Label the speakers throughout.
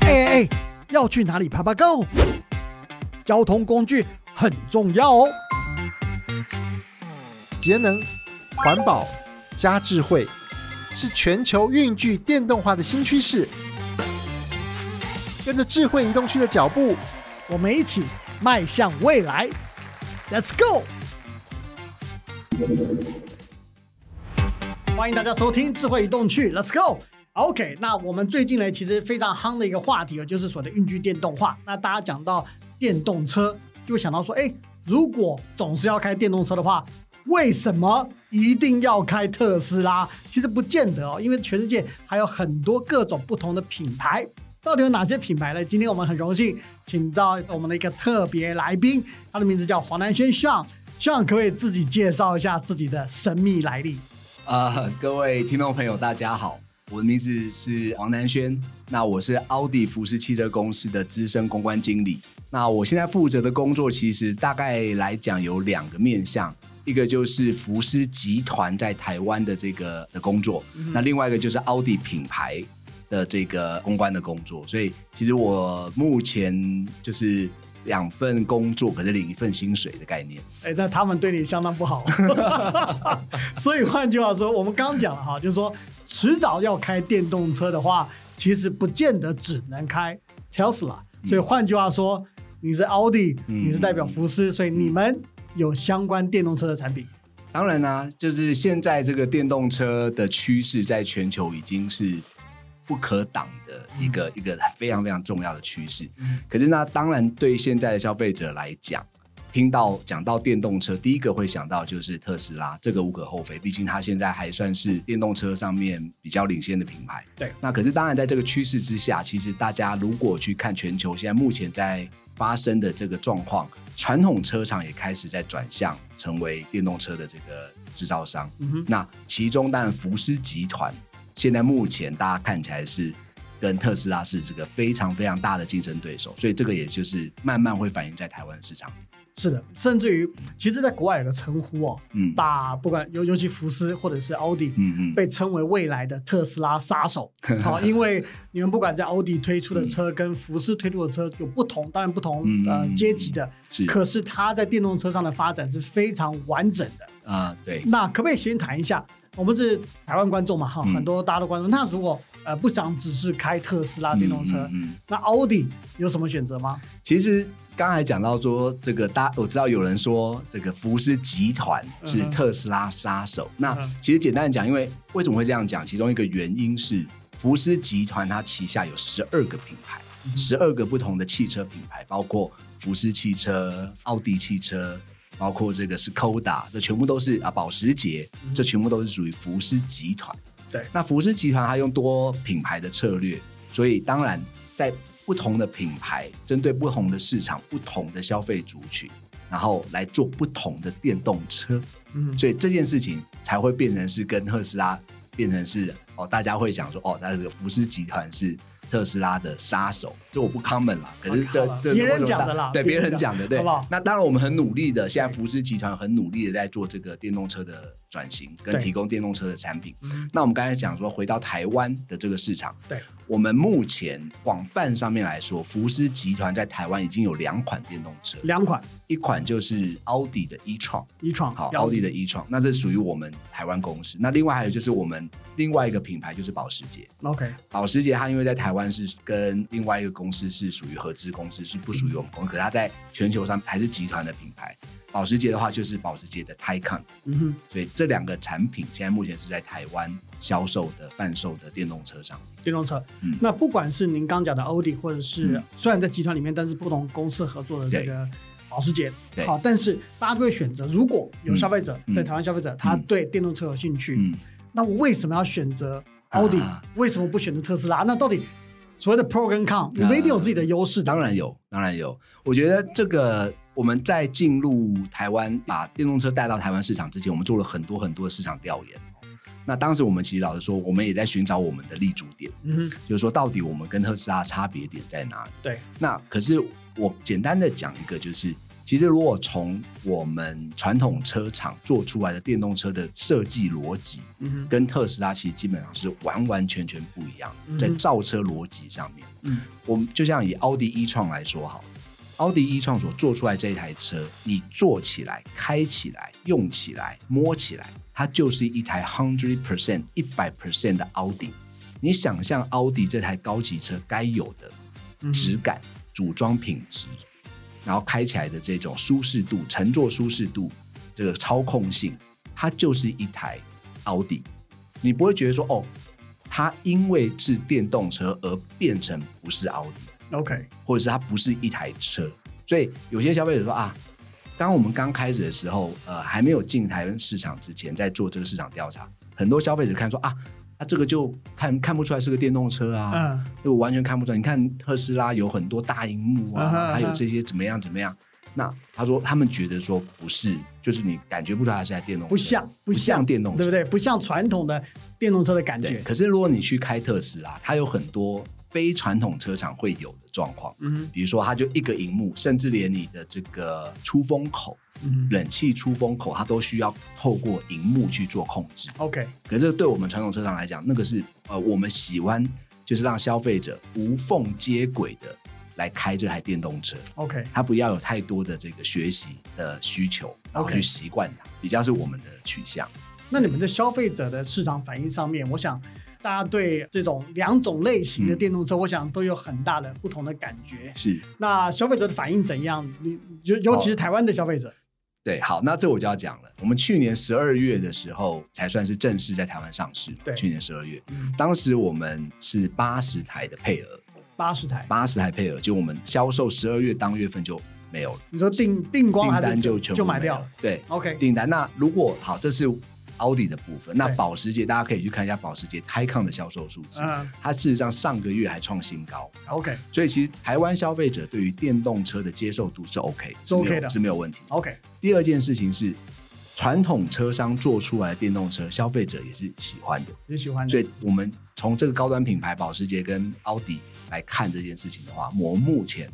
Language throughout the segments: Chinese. Speaker 1: 哎要去哪里爬爬 Go？交通工具很重要哦。
Speaker 2: 节能、环保加智慧，是全球运具电动化的新趋势。跟着智慧移动区的脚步，
Speaker 1: 我们一起迈向未来，Let's go！欢迎大家收听智慧移动趣，Let's go！OK，那我们最近呢，其实非常夯的一个话题哦，就是所谓的运具电动化。那大家讲到电动车，就会想到说，哎，如果总是要开电动车的话，为什么一定要开特斯拉？其实不见得哦，因为全世界还有很多各种不同的品牌。到底有哪些品牌呢？今天我们很荣幸请到我们的一个特别来宾，他的名字叫黄南轩向。向可不可以自己介绍一下自己的神秘来历？
Speaker 3: 呃，各位听众朋友，大家好，我的名字是王南轩，那我是奥迪福斯汽车公司的资深公关经理。那我现在负责的工作，其实大概来讲有两个面向，一个就是福斯集团在台湾的这个的工作，那另外一个就是奥迪品牌的这个公关的工作。所以，其实我目前就是两份工作，可是领一份薪水的概念。
Speaker 1: 哎，那他们对你相当不好。 所以换句话说，我们刚讲了哈，就是说，迟早要开电动车的话，其实不见得只能开 Tesla。所以换句话说，你是奥迪，
Speaker 3: 嗯
Speaker 1: 你是代表福斯，所以你们有相关电动车的产品。
Speaker 3: 当然啦、就是现在这个电动车的趋势，在全球已经是不可挡的一个、一个非常非常重要的趋势。可是那当然，对现在的消费者来讲，听到讲到电动车，第一个会想到就是特斯拉，这个无可厚非，毕竟它现在还算是电动车上面比较领先的品牌。
Speaker 1: 对
Speaker 3: 那可是当然，在这个趋势之下，其实大家如果去看全球现在目前在发生的这个状况，传统车厂也开始在转向成为电动车的这个制造商。
Speaker 1: 嗯哼，
Speaker 3: 那其中当然福斯集团现在目前大家看起来是跟特斯拉是这个非常非常大的竞争对手，所以这个也就是慢慢会反映在台湾市场。
Speaker 1: 是的，甚至于，其实在国外有个称呼哦，
Speaker 3: 嗯
Speaker 1: 把不管尤尤其福斯或者是奥迪，
Speaker 3: 嗯嗯，
Speaker 1: 被称为未来的特斯拉杀手。好，因为你们不管在奥迪推出的车跟福斯推出的车有不同，当然不同
Speaker 3: 嗯
Speaker 1: 呃阶级的，
Speaker 3: 是
Speaker 1: 可是它在电动车上的发展是非常完整的。
Speaker 3: 啊、对，
Speaker 1: 那可不可以先谈一下？我们是台湾观众嘛，哈，
Speaker 3: 嗯
Speaker 1: 很多大家的观众。那如果呃不想只是开特斯拉电动车，
Speaker 3: 嗯嗯嗯
Speaker 1: 那奥迪有什么选择吗？
Speaker 3: 其实刚才讲到说，这个大我知道有人说这个福斯集团是特斯拉杀手。那
Speaker 1: 嗯
Speaker 3: 其实简单地讲，因为为什么会这样讲？其中一个原因是福斯集团它旗下有十二个品牌，十二个不同的汽车品牌，包括福斯汽车、奥迪汽车。包括这个是 Koda，这全部都是啊，保时捷，这全部都是属于福斯集团。那福斯集团它用多品牌的策略，所以当然在不同的品牌，针对不同的市场、不同的消费族群，然后来做不同的电动车，
Speaker 1: 嗯，
Speaker 3: 所以这件事情才会变成是跟特斯拉变成是哦，大家会讲说哦，那这个福斯集团是。特斯拉的杀手，这我不 comment 啦，可是
Speaker 1: 好
Speaker 3: 这
Speaker 1: 啦
Speaker 3: 这
Speaker 1: 别人
Speaker 3: 这
Speaker 1: 讲的啦
Speaker 3: 对
Speaker 1: 别
Speaker 3: 别
Speaker 1: 人
Speaker 3: 人讲的，对，
Speaker 1: 好不好
Speaker 3: 那当然，我们很努力的，现在福斯集团很努力的在做这个电动车的转型，跟
Speaker 1: 对
Speaker 3: 提供电动车的产品。
Speaker 1: 嗯
Speaker 3: 那我们刚才讲说，回到台湾的这个市场，
Speaker 1: 对，
Speaker 3: 我们目前广泛上面来说，福斯集团在台湾已经有两款电动车，
Speaker 1: 两款
Speaker 3: 一款就是奥迪的 e-tron，
Speaker 1: 一创，
Speaker 3: 好，
Speaker 1: 要
Speaker 3: 奥迪的 e-tron，那这属于我们台湾公司。那另外还有就是我们另外一个品牌就是保时捷，
Speaker 1: ，OK，
Speaker 3: 保时捷它因为在台湾是跟另外一个公司是属于合资公司，是不属于我们公司，可是它在全球上还是集团的品牌。保时捷的话就是保时捷的 Taycan，
Speaker 1: 嗯哼，
Speaker 3: 所以这两个产品现在目前是在台湾销售的贩售的电动车上。
Speaker 1: 电动车。
Speaker 3: 嗯
Speaker 1: 那不管是您刚讲的欧迪，或者是、
Speaker 3: 嗯
Speaker 1: 虽然在集团里面，但是不同公司合作的这个保时捷，
Speaker 3: 对
Speaker 1: 好，但是大家都会选择。如果有消费者、
Speaker 3: 嗯
Speaker 1: 在台湾消费者，他对电动车有兴趣，
Speaker 3: 嗯，
Speaker 1: 那我为什么要选择奥迪？
Speaker 3: 啊
Speaker 1: 为什么不选择特斯拉？那到底所谓的 pro 跟 con，你们一定有自己的优势的。
Speaker 3: 当然有，当然有。我觉得这个我们在进入台湾，把电动车带到台湾市场之前，我们做了很多很多的市场调研。哦那当时我们其实老实说，我们也在寻找我们的立足点，
Speaker 1: 嗯哼，
Speaker 3: 就是说到底我们跟特斯拉的差别点在哪里？
Speaker 1: 对，
Speaker 3: 那可是我简单的讲一个，就是其实如果从我们传统车厂做出来的电动车的设计逻辑，
Speaker 1: 嗯
Speaker 3: 跟特斯拉其实基本上是完完全全不一样
Speaker 1: 嗯哼，
Speaker 3: 在造车逻辑上面，
Speaker 1: 嗯
Speaker 3: 我们就像以奥迪一创来说好了，奥迪一创所做出来这一台车，你坐起来、开起来、用起来、摸起来，它就是一台 hundred percent 一百 percent 的奥迪。你想象奥迪这台高级车该有的
Speaker 1: 哼
Speaker 3: 质感、组装品质，然后开起来的这种舒适度、乘坐舒适度、这个操控性，它就是一台奥迪。你不会觉得说哦，它因为是电动车而变成不是奥迪，
Speaker 1: ，OK，
Speaker 3: 或者是它不是一台车。所以有些消费者说啊，当我们刚开始的时候，呃，还没有进台湾市场之前，在做这个市场调查，很多消费者看说啊，它、这个就看看不出来是个电动车啊，
Speaker 1: 嗯
Speaker 3: 就完全看不出来。你看特斯拉有很多大荧幕
Speaker 1: 啊
Speaker 3: 啊，
Speaker 1: 哈啊哈
Speaker 3: 还有这些怎么样怎么样。那他说他们觉得说不是，就是你感觉不出来它是台电动车，
Speaker 1: 不像不
Speaker 3: 不
Speaker 1: 像
Speaker 3: 像电动车，
Speaker 1: 对不对？不像传统的电动车的感
Speaker 3: 对，
Speaker 1: 觉，
Speaker 3: 可是如果你去开特斯拉，它有很多非传统车厂会有的状况，
Speaker 1: 嗯
Speaker 3: 比如说它就一个荧幕，甚至连你的这个出风口、
Speaker 1: 嗯
Speaker 3: 冷气出风口，它都需要透过荧幕去做控制。
Speaker 1: ，OK，
Speaker 3: 可是这对我们传统车厂来讲，那个是呃我们喜欢就是让消费者无缝接轨的来开这台电动车，
Speaker 1: OK，
Speaker 3: 它不要有太多的这个学习的需求，然后
Speaker 1: OK
Speaker 3: 去习惯它，比较是我们的取向。
Speaker 1: 那你们在消费者的市场反应上面，我想大家对这种两种类型
Speaker 3: 嗯
Speaker 1: 的电动车，我想都有很大的不同的感觉。
Speaker 3: 是
Speaker 1: 那消费者的反应怎样？你尤尤其是台湾的消费者，
Speaker 3: 对，好，那这我就要讲了。我们去年十二月的时候才算是正式在台湾上市。
Speaker 1: 对
Speaker 3: 去年十二月，
Speaker 1: 嗯，
Speaker 3: 当时我们是八十台的配额，
Speaker 1: 八十台，
Speaker 3: 八十台配额，就我们销售十二月当月份就没有了，
Speaker 1: 你说定定光
Speaker 3: 订
Speaker 1: 还是
Speaker 3: 单就全部
Speaker 1: 就买
Speaker 3: 没有
Speaker 1: 掉了
Speaker 3: 对，
Speaker 1: ？OK，
Speaker 3: 订单。那如果好，这是奥迪的部分。那
Speaker 1: 对
Speaker 3: 保时捷大家可以去看一下保时捷 Taycan 的销售数字，
Speaker 1: 嗯
Speaker 3: 它事实上上个月还创新高。
Speaker 1: ，OK
Speaker 3: 所以其实台湾消费者对于电动车的接受度是 OK，
Speaker 1: 是 OK
Speaker 3: 没有
Speaker 1: 的
Speaker 3: 是没有问题。
Speaker 1: OK，
Speaker 3: 第二件事情是，传统车商做出来的电动车，消费者也是喜欢的。
Speaker 1: 你喜欢的
Speaker 3: 所以，我们从这个高端品牌保时捷跟奥迪来看这件事情的话，我目前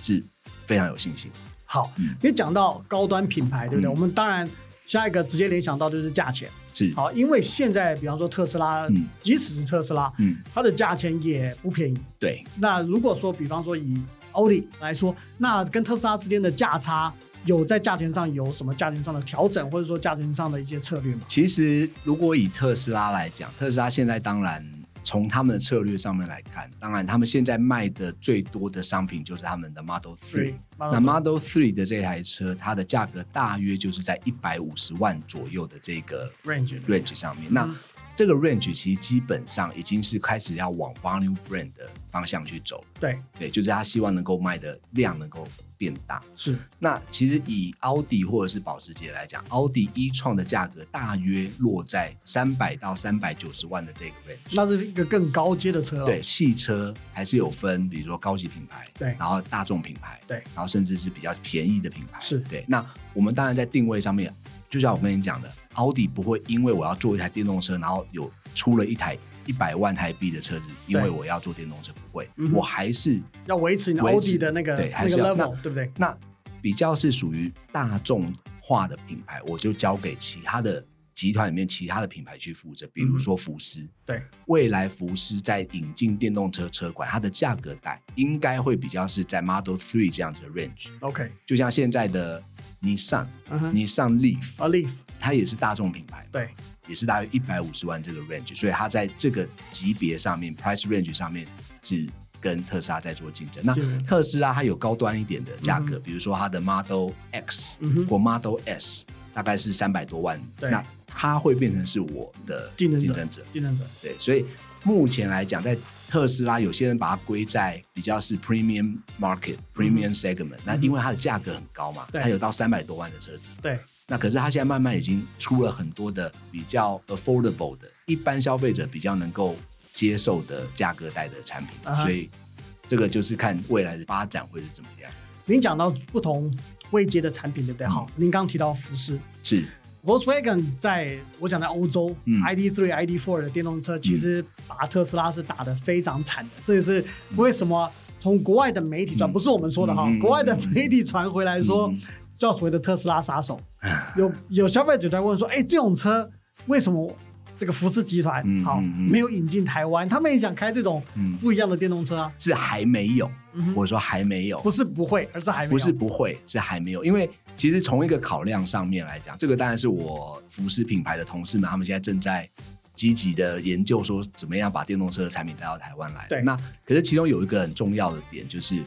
Speaker 3: 是非常有信心。
Speaker 1: 好
Speaker 3: 嗯。
Speaker 1: 你讲到高端品牌，对不对？
Speaker 3: 嗯
Speaker 1: 我们当然下一个直接联想到就是价钱。
Speaker 3: 是，
Speaker 1: 好，因为现在比方说特斯拉
Speaker 3: 嗯，
Speaker 1: 即使是特斯拉，
Speaker 3: 嗯，
Speaker 1: 它的价钱也不便宜。
Speaker 3: 对，
Speaker 1: 那如果说，比方说以欧力来说，那跟特斯拉之间的价差有在价钱上有什么价钱上的调整，或者说价钱上的一些策略吗？
Speaker 3: 其实，如果以特斯拉来讲，特斯拉现在当然从他们的策略上面来看，当然他们现在卖的最多的商品就是他们的 Model Three。那 Model Three 的这台车，它的价格大约就是在一百五十万左右的这个
Speaker 1: range
Speaker 3: range 嗯上面。那这个 range 其实基本上已经是开始要往 value brand 的方向去走，
Speaker 1: 对
Speaker 3: 对，就是他希望能够卖的量能够变大。
Speaker 1: 是
Speaker 3: 那其实以奥迪或者是保时捷来讲，奥迪一创的价格大约落在三百到三百九十万的这个 range。
Speaker 1: 那是一个更高阶的车、哦，
Speaker 3: 对，汽车还是有分，比如说高级品牌，
Speaker 1: 对
Speaker 3: 然后大众品牌，
Speaker 1: 对
Speaker 3: 然后甚至是比较便宜的品牌，
Speaker 1: 是
Speaker 3: 对。那我们当然在定位上面，就像我跟你讲的，奥迪不会因为我要做一台电动车，然后有出了一台一百万台币的车子，因为我要做电动车，不会
Speaker 1: 嗯，哼
Speaker 3: 我还是
Speaker 1: 要维持你的
Speaker 3: 维
Speaker 1: 欧
Speaker 3: 持
Speaker 1: 迪的那个
Speaker 3: 对
Speaker 1: 那
Speaker 3: 还
Speaker 1: 个
Speaker 3: 是要
Speaker 1: level，对不对？
Speaker 3: 那比较是属于大众化的品牌，我就交给其他的集团里面其他的品牌去负责，比如说福斯。
Speaker 1: 对，
Speaker 3: 未来福斯在引进电动车车款，它的价格带应该会比较是在 Model Three 这样子的 range，
Speaker 1: ，OK，
Speaker 3: 就像现在的尼桑、
Speaker 1: 嗯哼，
Speaker 3: 尼桑 Leaf，
Speaker 1: 啊 Leaf，
Speaker 3: 它也是大众品牌，
Speaker 1: 对，
Speaker 3: 也是大约一百五十万这个 range，所以它在这个级别上面，price range 上面是跟特斯拉在做竞争。那
Speaker 1: 竞争
Speaker 3: 特斯拉它有高端一点的价
Speaker 1: 嗯
Speaker 3: 格，比如说它的 Model X
Speaker 1: 嗯哼
Speaker 3: 或 Model S，大概是三百多万，
Speaker 1: 对
Speaker 3: 那它会变成是我的
Speaker 1: 竞争者
Speaker 3: 竞争者。
Speaker 1: 竞争者，
Speaker 3: 对，所以目前来讲，在特斯拉有些人把它归在比较是 premium market、premium
Speaker 1: 嗯
Speaker 3: segment，那因为它的价格很高嘛，
Speaker 1: 对
Speaker 3: 它有到三百多万的车子。
Speaker 1: 对，
Speaker 3: 那可是它现在慢慢已经出了很多的比较 affordable 的，一般消费者比较能够接受的价格带的产品
Speaker 1: 啊哈
Speaker 3: 所以这个就是看未来的发展会是怎么样。
Speaker 1: 您讲到不同位阶的产品，对不
Speaker 3: 嗯
Speaker 1: 对？好，您刚提到福斯，
Speaker 3: 是
Speaker 1: Volkswagen 在我讲在欧洲、
Speaker 3: 嗯
Speaker 1: ID3、ID4 的电动车，其实把特斯拉是打得非常惨的，这也是为什么从国外的媒体传，
Speaker 3: 嗯
Speaker 1: 不是我们说的哈
Speaker 3: 嗯，
Speaker 1: 国外的媒体传回来说
Speaker 3: 嗯
Speaker 1: 叫所谓的特斯拉杀手。有有消费者在问说，哎，这种车为什么这个福斯集团
Speaker 3: 嗯
Speaker 1: 好
Speaker 3: 嗯嗯
Speaker 1: 没有引进台湾？他们也想开这种
Speaker 3: 嗯，
Speaker 1: 不一样的电动车啊？
Speaker 3: 是还没有，
Speaker 1: 嗯哼
Speaker 3: 我说还没有，
Speaker 1: 不是不会，而是还没有
Speaker 3: 不是不会，是还没有，因为其实从一个考量上面来讲，这个当然是我服饰品牌的同事们，他们现在正在积极的研究说怎么样把电动车的产品带到台湾来。
Speaker 1: 对
Speaker 3: 那可是其中有一个很重要的点就是，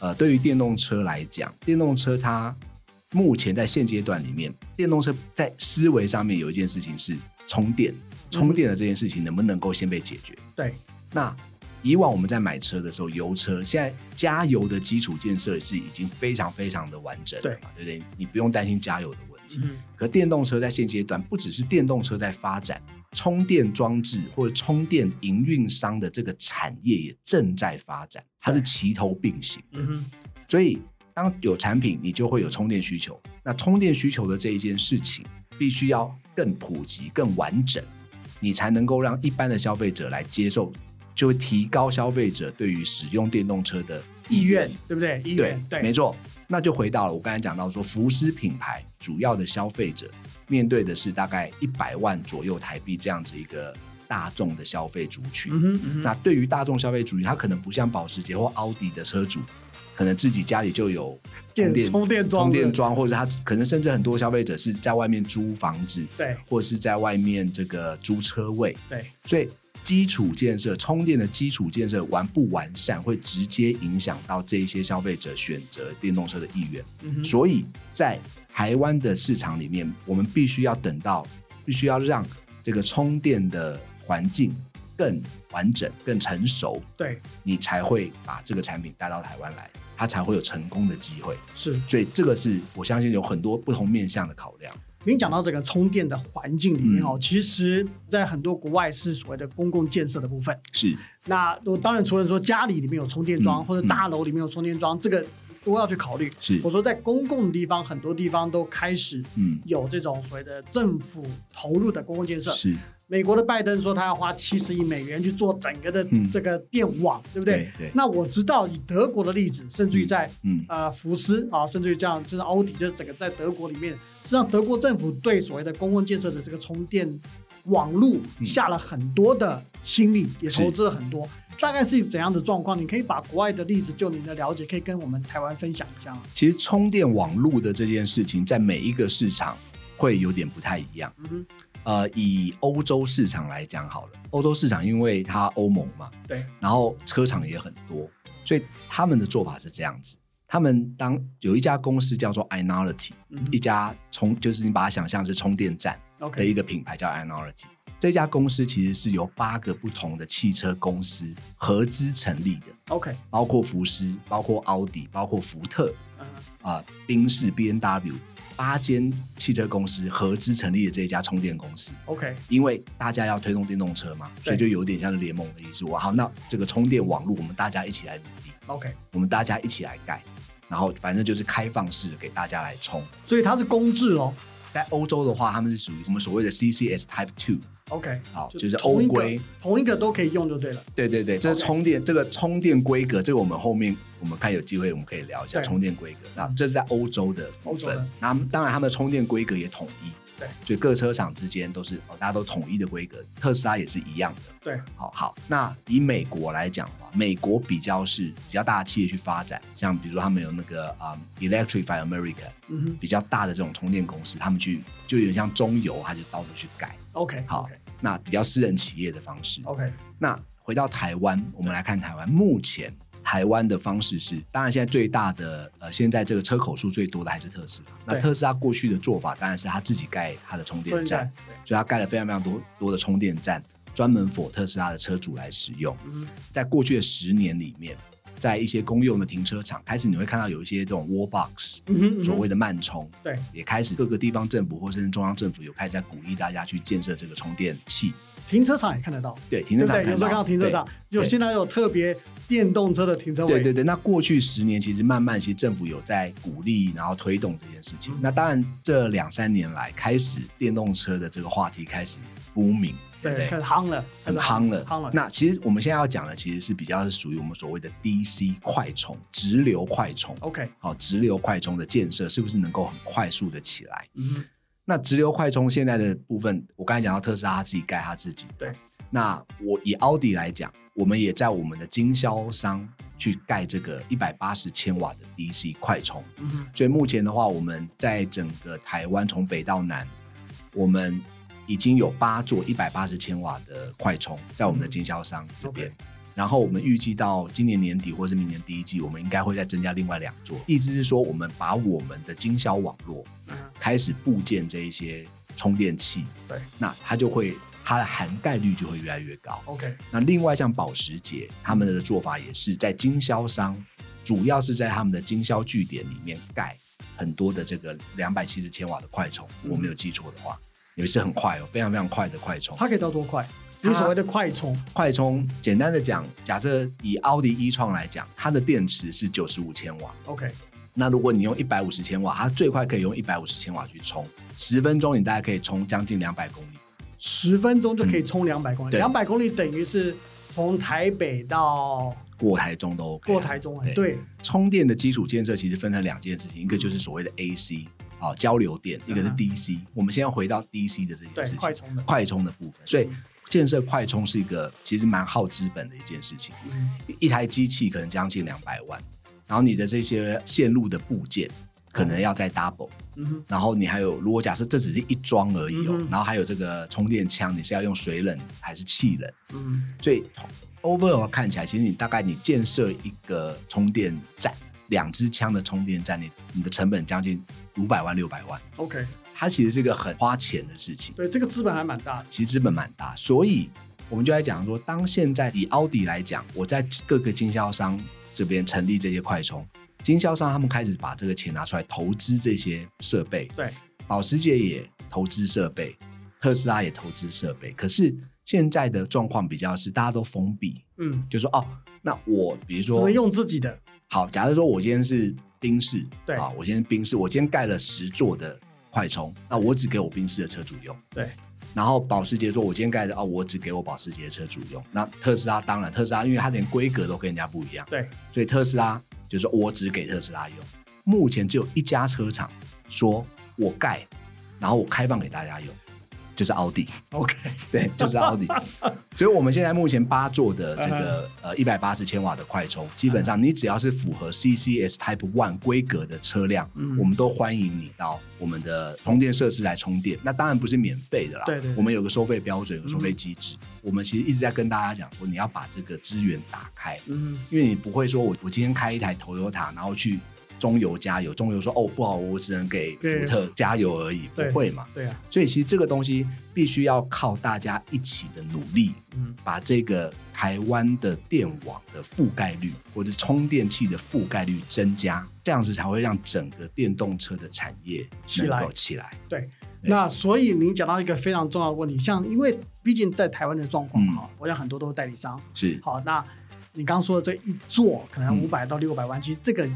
Speaker 3: 呃，对于电动车来讲，电动车它目前在现阶段里面，电动车在思维上面有一件事情是充电，充电的这件事情能不能够先被解决？
Speaker 1: 对，
Speaker 3: 那以往我们在买车的时候，油车现在加油的基础建设是已经非常非常的完整了嘛，对不对？你不用担心加油的问题。
Speaker 1: 嗯
Speaker 3: 可电动车在现阶段，不只是电动车在发展，充电装置或者充电营运商的这个产业也正在发展，它是齐头并行的。
Speaker 1: 嗯哼
Speaker 3: 所以，当有产品，你就会有充电需求。那充电需求的这一件事情，必须要更普及、更完整，你才能够让一般的消费者来接受，就会提高消费者对于使用电动车的
Speaker 1: 意愿对不对？意
Speaker 3: 对
Speaker 1: 愿，对，
Speaker 3: 没错。那就回到了我刚才讲到说，服饰品牌主要的消费者面对的是大概一百万左右台币这样子一个大众的消费族群。
Speaker 1: 嗯哼嗯哼
Speaker 3: 那对于大众消费主义，他可能不像保时捷或奥迪的车主，可能自己家里就有
Speaker 1: 电
Speaker 3: 充
Speaker 1: 充电
Speaker 3: 电
Speaker 1: 桩
Speaker 3: 充电桩，或者他可能甚至很多消费者是在外面租房子，
Speaker 1: 对
Speaker 3: 或者是在外面这个租车位，
Speaker 1: 对，
Speaker 3: 所以基础建设充电的基础建设完不完善，会直接影响到这一些消费者选择电动车的意愿。
Speaker 1: 嗯哼
Speaker 3: 所以在台湾的市场里面，我们必须要等到，必须要让这个充电的环境更完整、更成熟，
Speaker 1: 对
Speaker 3: 你才会把这个产品带到台湾来，它才会有成功的机会。
Speaker 1: 是。
Speaker 3: 所以这个是我相信有很多不同面向的考量。
Speaker 1: 您讲到这个充电的环境里面哦，
Speaker 3: 嗯
Speaker 1: 其实，在很多国外是所谓的公共建设的部分。
Speaker 3: 是，
Speaker 1: 那我当然除了说家里里面有充电桩，
Speaker 3: 嗯
Speaker 1: 或者大楼里面有充电桩，这个都要去考虑。
Speaker 3: 是
Speaker 1: 我说在公共的地方，很多地方都开始
Speaker 3: 嗯，
Speaker 1: 有这种所谓的政府投入的公共建设。
Speaker 3: 是，
Speaker 1: 美国的拜登说他要花七十亿美元去做整个的
Speaker 3: 嗯
Speaker 1: 这个电网，对不对？
Speaker 3: 对对
Speaker 1: 那我知道以德国的例子，甚至于在
Speaker 3: 嗯，
Speaker 1: 呃福斯啊，甚至于这样就是欧迪，就是整个在德国里面，实际上德国政府对所谓的公共建设的这个充电网路
Speaker 3: 嗯
Speaker 1: 下了很多的心力，也
Speaker 3: 是
Speaker 1: 投资了很多。大概是怎样的状况？你可以把国外的例子，就你的了解，可以跟我们台湾分享一下吗？
Speaker 3: 其实充电网路的这件事情，在每一个市场会有点不太一样。
Speaker 1: 嗯哼，
Speaker 3: 呃，以欧洲市场来讲好了，欧洲市场因为它欧盟嘛，
Speaker 1: 对，
Speaker 3: 然后车厂也很多，所以他们的做法是这样子：他们当有一家公司叫做 Inality，
Speaker 1: 嗯
Speaker 3: 一家充就是你把它想象是充电站的
Speaker 1: ，OK，
Speaker 3: 一个品牌叫 Inality。这家公司其实是由八个不同的汽车公司合资成立的，
Speaker 1: OK，
Speaker 3: 包括福斯、包括奥迪、包括福特
Speaker 1: 嗯
Speaker 3: 啊、宾士、B N W 八间汽车公司合资成立的这家充电公司。
Speaker 1: ，OK，
Speaker 3: 因为大家要推动电动车嘛，所以就有点像是联盟的意思。我好，那这个充电网络，我们大家一起来努力，
Speaker 1: OK，
Speaker 3: 我们大家一起来盖，然后反正就是开放式给大家来充。
Speaker 1: 所以它是公制哦
Speaker 3: 在欧洲的话，他们是属于我们所谓的 CCS Type Two，
Speaker 1: ，OK，
Speaker 3: 好，就是
Speaker 1: 同
Speaker 3: 欧
Speaker 1: 一
Speaker 3: 规
Speaker 1: 个。同一个都可以用就对了。
Speaker 3: 对对对，这是
Speaker 1: OK
Speaker 3: 充电，这个充电规格，这个我们后面我们看有机会我们可以聊一下
Speaker 1: 对
Speaker 3: 充电规格。那这是在欧洲的部
Speaker 1: 欧洲的
Speaker 3: 分，那当然他们的充电规格也统一，
Speaker 1: 对，
Speaker 3: 所以各车厂之间都是哦，大家都统一的规格，特斯拉也是一样的。
Speaker 1: 对，
Speaker 3: 好好，那以美国来讲的话，美国比较是比较大的企业去发展，像比如说他们有那个啊、嗯 Electrify America
Speaker 1: 嗯哼
Speaker 3: 比较大的这种充电公司，他们去就有点像中油，他就到处去改。
Speaker 1: ，OK，
Speaker 3: 好那比较私人企业的方式。
Speaker 1: ，OK，
Speaker 3: 那回到台湾，我们来看台湾目前台湾的方式是，当然现在最大的呃，现在这个车口数最多的还是特斯拉。那
Speaker 1: 对
Speaker 3: 特斯拉过去的做法当然是他自己盖他的充电站，，
Speaker 1: 对，
Speaker 3: 所以他盖了非常非常多多的充电站，专门否特斯拉的车主来使用。
Speaker 1: 嗯哼
Speaker 3: 在过去的十年里面，在一些公用的停车场，开始你会看到有一些这种 wall box，
Speaker 1: 嗯哼，嗯哼
Speaker 3: 所谓的慢充，
Speaker 1: 对，
Speaker 3: 也开始各个地方政府或甚至中央政府有开始在鼓励大家去建设这个充电器，
Speaker 1: 停车场也看得到，
Speaker 3: 对，停
Speaker 1: 对
Speaker 3: 车
Speaker 1: 不
Speaker 3: 场
Speaker 1: 对？有时候看到停车场，有
Speaker 3: 对
Speaker 1: 现在有特别电动车的停车
Speaker 3: 对。
Speaker 1: 位，
Speaker 3: 对对对，那过去十年其实慢慢，其实政府有在鼓励，然后推动这件事情。
Speaker 1: 嗯
Speaker 3: 那当然，这两三年来开始电动车的这个话题开始 booming，对不
Speaker 1: 对，
Speaker 3: 对？
Speaker 1: 很夯了，
Speaker 3: 很夯了，
Speaker 1: 夯了。
Speaker 3: 那其实我们现在要讲的，其实是比较是属于我们所谓的 DC 快充、直流快充。
Speaker 1: OK，
Speaker 3: 好，直流快充的建设是不是能够很快速的起来？
Speaker 1: 嗯
Speaker 3: 那直流快充现在的部分，我刚才讲到特斯拉他自己盖他自己的。
Speaker 1: 对。
Speaker 3: 那我以奥迪来讲，我们也在我们的经销商去盖这个一百八十千瓦的 DC 快充。
Speaker 1: 嗯哼
Speaker 3: 所以目前的话，我们在整个台湾从北到南，我们已经有八座一百八十千瓦的快充在我们的经销商这
Speaker 1: 嗯
Speaker 3: 边。
Speaker 1: OK
Speaker 3: 然后我们预计到今年年底或是明年第一季，我们应该会再增加另外两座。意思是说，我们把我们的经销网络
Speaker 1: 嗯哼
Speaker 3: 开始部件这一些充电器，
Speaker 1: 对，
Speaker 3: 那它就会它的涵盖率就会越来越高。
Speaker 1: ，OK，
Speaker 3: 那另外像保时捷，他们的做法也是在经销商，主要是在他们的经销据点里面盖很多的这个两百七十千瓦的快充，
Speaker 1: 嗯
Speaker 3: 我没有记错的话，有一次很快哦，非常非常快的快充。
Speaker 1: 它可以到多快？
Speaker 3: 它
Speaker 1: 你所谓的快充，
Speaker 3: 快充简单的讲，假设以奥迪一创来讲，它的电池是九十五千瓦，
Speaker 1: OK，
Speaker 3: 那如果你用一百五十千瓦，它最快可以用一百五十千瓦去充，十分钟你大概可以充将近两百公里。
Speaker 1: 十分钟就可以充两百公里，
Speaker 3: 对
Speaker 1: 两百公里等于是从台北到
Speaker 3: 过台中都 OK，啊
Speaker 1: 过台中哎，
Speaker 3: 对
Speaker 1: 对，
Speaker 3: 充电的基础建设其实分成两件事情，一个就是所谓的 AC 啊、交流电，一个是
Speaker 1: 嗯
Speaker 3: DC、我们先要回到 DC 的这件事
Speaker 1: 对，
Speaker 3: 情，
Speaker 1: 快充的，嗯
Speaker 3: 快充的部分。所以建设快充是一个其实蛮耗资本的一件事情，
Speaker 1: 嗯
Speaker 3: 一台机器可能将近两百万，然后你的这些线路的部件可能要再 double，、
Speaker 1: 嗯哼，
Speaker 3: 然后你还有如果假设这只是一桩而已哦，
Speaker 1: 嗯哼
Speaker 3: 然后还有这个充电枪，你是要用水冷还是气冷？
Speaker 1: 嗯
Speaker 3: 所以 overall 看起来，其实你大概你建设一个充电站，两支枪的充电站，你你的成本将近五百万六百万，
Speaker 1: ，OK，
Speaker 3: 它其实是一个很花钱的事情，
Speaker 1: 对，这个资本还蛮大的，
Speaker 3: 其实资本蛮大，所以我们就在讲说，当现在以奥迪来讲，我在各个经销商这边成立这些快充。经销商他们开始把这个钱拿出来投资这些设备，
Speaker 1: 对，
Speaker 3: 保时捷也投资设备，特斯拉也投资设备。可是现在的状况比较是大家都封闭，
Speaker 1: 嗯，
Speaker 3: 就说哦，那我比如
Speaker 1: 只
Speaker 3: 说
Speaker 1: 能用自己的，
Speaker 3: 好，假如说我今天是宾士，
Speaker 1: 对
Speaker 3: 啊，我今天宾士，我今天盖了十座的快充，那我只给我宾士的车主用。
Speaker 1: 对，
Speaker 3: 然后保时捷说，我今天盖的哦，我只给我保时捷的车主用。那特斯拉当然，特斯拉因为它连规格都跟人家不一样，
Speaker 1: 对，
Speaker 3: 所以特斯拉就说我只给特斯拉用。目前只有一家车厂说我盖，然后我开放给大家用，就是奥迪。
Speaker 1: OK，
Speaker 3: 对，就是奥迪。所以我们现在目前八座的这
Speaker 1: 嗯
Speaker 3: 个呃一百八十千瓦的快充，基本上你只要是符合 CCS Type One 规格的车辆，
Speaker 1: 嗯
Speaker 3: 我们都欢迎你到我们的充电设施来充电。那当然不是免费的啦，
Speaker 1: 对嗯对对
Speaker 3: 我们有个收费标准，有个收费机制。我们其实一直在跟大家讲说，你要把这个资源打开，
Speaker 1: 嗯，
Speaker 3: 因为你不会说我我今天开一台 Toyota，然后去中油加油，中油说哦不好，我只能给
Speaker 1: 对
Speaker 3: 福特加油而已，不
Speaker 1: 对
Speaker 3: 会嘛。
Speaker 1: 对啊，
Speaker 3: 所以其实这个东西必须要靠大家一起的努力，
Speaker 1: 嗯
Speaker 3: 把这个台湾的电网的覆盖率或者充电器的覆盖率增加，这样子才会让整个电动车的产业
Speaker 1: 起来
Speaker 3: 能够起来。
Speaker 1: 对。那所以您讲到一个非常重要的问题，像因为毕竟在台湾的状况
Speaker 3: 嗯
Speaker 1: 哈，我想很多都是代理商。
Speaker 3: 是，
Speaker 1: 好，那你刚刚说的这一做可能
Speaker 3: 嗯
Speaker 1: 五百到六百万，其实这个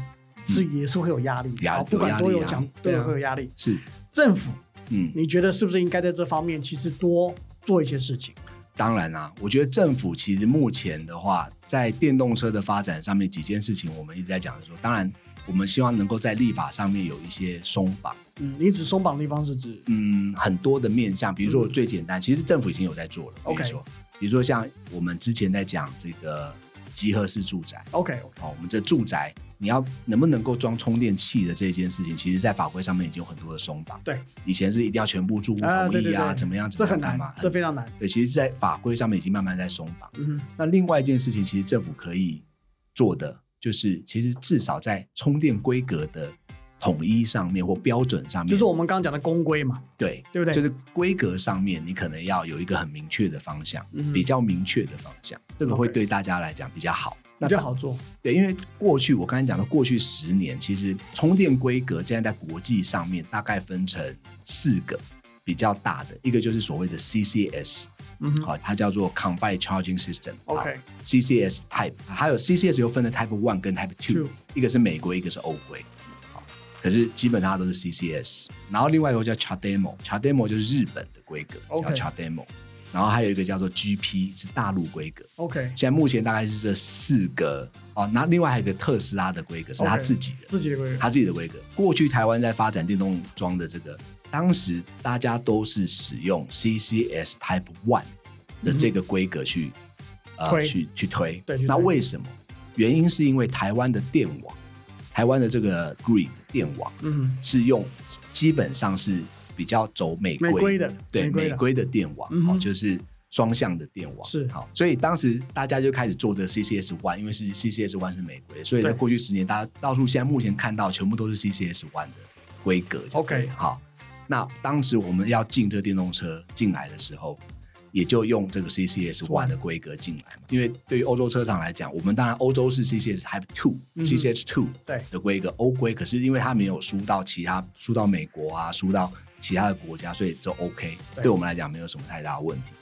Speaker 1: 是也是会有压力，
Speaker 3: 压
Speaker 1: 好不管多有强
Speaker 3: 嗯有压力啊，
Speaker 1: 都
Speaker 3: 对啊
Speaker 1: 会有压力。
Speaker 3: 是，
Speaker 1: 政府，
Speaker 3: 嗯，
Speaker 1: 你觉得是不是应该在这方面其实多做一些事情？
Speaker 3: 当然啦、啊我觉得政府其实目前的话，在电动车的发展上面，几件事情我们一直在讲的时候，当然我们希望能够在立法上面有一些松绑。
Speaker 1: 嗯，你指松绑的地方是指
Speaker 3: 嗯很多的面向，比如说最简单，其实政府已经有在做了。比
Speaker 1: 嗯 OK
Speaker 3: 如说，比如说像我们之前在讲这个集合式住宅，
Speaker 1: OK OK，
Speaker 3: 哦，我们这住宅你要能不能够装充电器的这件事情，其实在法规上面已经有很多的松绑。
Speaker 1: 对，
Speaker 3: 以前是一定要全部住户
Speaker 1: 啊
Speaker 3: 同
Speaker 1: 对
Speaker 3: 意
Speaker 1: 对
Speaker 3: 啊，
Speaker 1: 对
Speaker 3: 怎么样怎
Speaker 1: 这
Speaker 3: 么样
Speaker 1: 很
Speaker 3: 干嘛
Speaker 1: 难，？这非常难。
Speaker 3: 对，其实，在法规上面已经慢慢在松绑。
Speaker 1: 嗯
Speaker 3: 那另外一件事情，其实政府可以做的就是，其实至少在充电规格的统一上面或标准上
Speaker 1: 哼，
Speaker 3: 面，
Speaker 1: 就是我们刚刚讲的公规嘛。
Speaker 3: 对
Speaker 1: 对不对
Speaker 3: 就是规格上面，你可能要有一个很明确的方向，
Speaker 1: 嗯
Speaker 3: 比较明确的方向，这个会
Speaker 1: OK
Speaker 3: 对大家来讲比较好。
Speaker 1: 比较好做，
Speaker 3: 对，因为过去我刚才讲的，过去十年其实充电规格现在在国际上面大概分成四个比较大的，一个就是所谓的 CCS，
Speaker 1: 嗯哼
Speaker 3: 好、它叫做 Combined Charging System 好。
Speaker 1: ，OK，
Speaker 3: CCS Type，还有 CCS 又分了 Type One 跟 Type Two，
Speaker 1: Two
Speaker 3: 一个是美规，一个是欧规。好可是基本上它都是 CCS，然后另外一个叫 CHAdeMO，CHAdeMO 就是日本的规格
Speaker 1: OK
Speaker 3: 叫 CHAdeMO。然后还有一个叫做 GP 是大陆规格。
Speaker 1: OK，
Speaker 3: 现在目前大概是这四个哦，那另外还有一个特斯拉的规格是哦他
Speaker 1: OK
Speaker 3: 自己的
Speaker 1: 自己的规格。
Speaker 3: 他自己的规格。过去台湾在发展电动装的这个，当时大家都是使用 CCS Type One 的这个规格去、呃
Speaker 1: 嗯推
Speaker 3: 去去推。
Speaker 1: 对去推
Speaker 3: 那为什么？原因是因为台湾的电网，台湾的这个 Grid 电网
Speaker 1: 嗯
Speaker 3: 是用基本上是比较走美规
Speaker 1: 美规的
Speaker 3: 对
Speaker 1: 美规
Speaker 3: 美
Speaker 1: 的
Speaker 3: 规的电网，
Speaker 1: 嗯
Speaker 3: 哦，
Speaker 1: 哼
Speaker 3: 就是双向的电网
Speaker 1: 是
Speaker 3: 好，所以当时大家就开始做这个 CCS One，因为是 CCS One 是美规，所以在
Speaker 1: 对
Speaker 3: 过去十年，大家到处现在目前看到全部都是 CCS One 的规格就对了。
Speaker 1: OK
Speaker 3: 好，那当时我们要进这个电动车进来的时候。也就用这个 CCS One 的规格进来嘛，因为对于欧洲车厂来讲，我们当然欧洲是 CCS Type Two、
Speaker 1: 嗯哼
Speaker 3: CCS Two
Speaker 1: 对
Speaker 3: 的规格，欧规，可是因为它没有输到其他，输到美国啊，输到其他的国家，所以就 OK，
Speaker 1: 对
Speaker 3: 对我们来讲没有什么太大的问题。